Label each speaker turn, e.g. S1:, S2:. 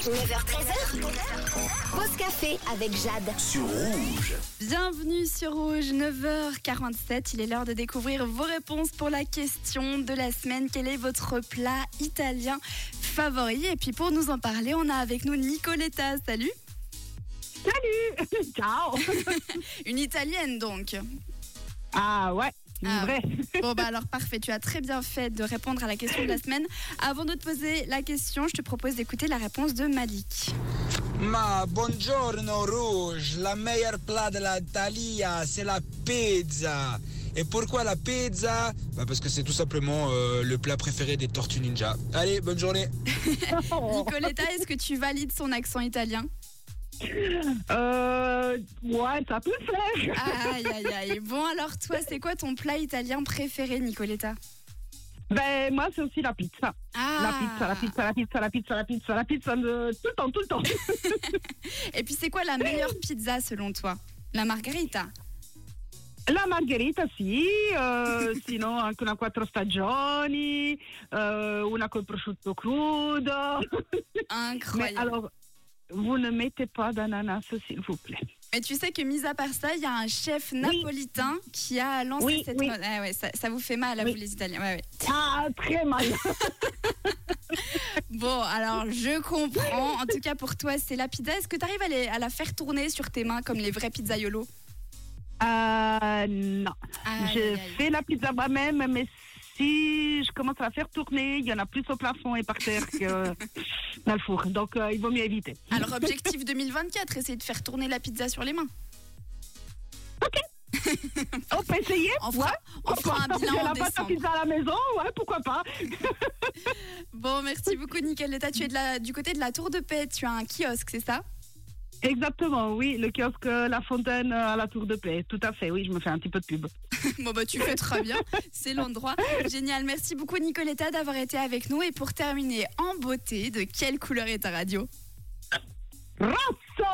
S1: 9h13h, pause café avec Jade.
S2: sur rouge.
S3: Bienvenue sur Rouge, 9h47. Il est l'heure de découvrir vos réponses pour la question de la semaine. Quel est votre plat italien favori Et puis pour nous en parler, on a avec nous Nicoletta. Salut
S4: Salut Ciao
S3: Une italienne donc.
S4: Ah ouais, une
S3: Ah.
S4: vraie.
S3: Bon bah alors parfait, tu as très bien fait de répondre à la question de la semaine. Avant de te poser la question, je te propose d'écouter la réponse de Malik.
S5: Ma buongiorno Rouge, la meilleure plat de l'Italie, c'est la pizza. Et pourquoi la pizza bah Parce que c'est tout simplement euh, le plat préféré des tortues ninja. Allez, bonne journée.
S4: Oh.
S3: Nicoletta, est-ce que tu valides son accent italien
S4: Euh, ouais, ça peut le faire.
S3: Aïe aïe aïe. Bon alors toi, c'est quoi ton plat italien préféré Nicoletta
S4: Ben moi c'est aussi la pizza. La
S3: Ah.
S4: pizza, la pizza, la pizza, la pizza, la pizza, la pizza, de... tout le temps, tout le temps.
S3: Et puis, c'est quoi la meilleure pizza selon toi La margarita.
S4: La margherita sì, eh, sino anche una quattro stagioni, eh, una col prosciutto crudo. Mais
S3: Incroyable. Mais,
S4: alors, vous ne mettez pas d'ananas s'il vous plaît.
S3: tu sais que, mis à part ça, il y a un chef napolitain qui a lancé
S4: Oui,
S3: cette.
S4: oui.
S3: Ah ouais, ça, ça vous fait mal à
S4: Oui.
S3: vous, les Italiens. Ouais, ouais.
S4: Ah, très mal.
S3: Bon, alors, je comprends. En tout cas, pour toi, c'est la pizza. Est-ce que tu arrives à, les- à la faire tourner sur tes mains comme les vrais pizzaiolos
S4: Euh, non.
S3: Aïe,
S4: Je
S3: aïe, aïe.
S4: fais la pizza moi-même, mais si je commence à la faire tourner, il y en a plus au plafond et par terre que dans le four. Donc, euh, il vaut mieux éviter.
S3: Alors, objectif 2024, essayer de faire tourner la pizza sur les mains.
S4: On peut essayer
S3: On fera, on fera un bilan en
S4: la pâte à
S3: décembre.
S4: pizza à la maison, ouais, pourquoi pas
S3: Bon, merci beaucoup, Nicoletta. Tu es de la- du côté de la Tour de Paix. Tu as un kiosque, c'est ça
S4: Exactement, oui, le kiosque euh, La Fontaine euh, à la Tour de Paix, tout à fait, oui, je me fais un petit peu de pub.
S3: Bon bah tu fais très bien, c'est l'endroit. Génial, merci beaucoup Nicoletta d'avoir été avec nous et pour terminer en beauté, de quelle couleur est ta radio
S4: Rosso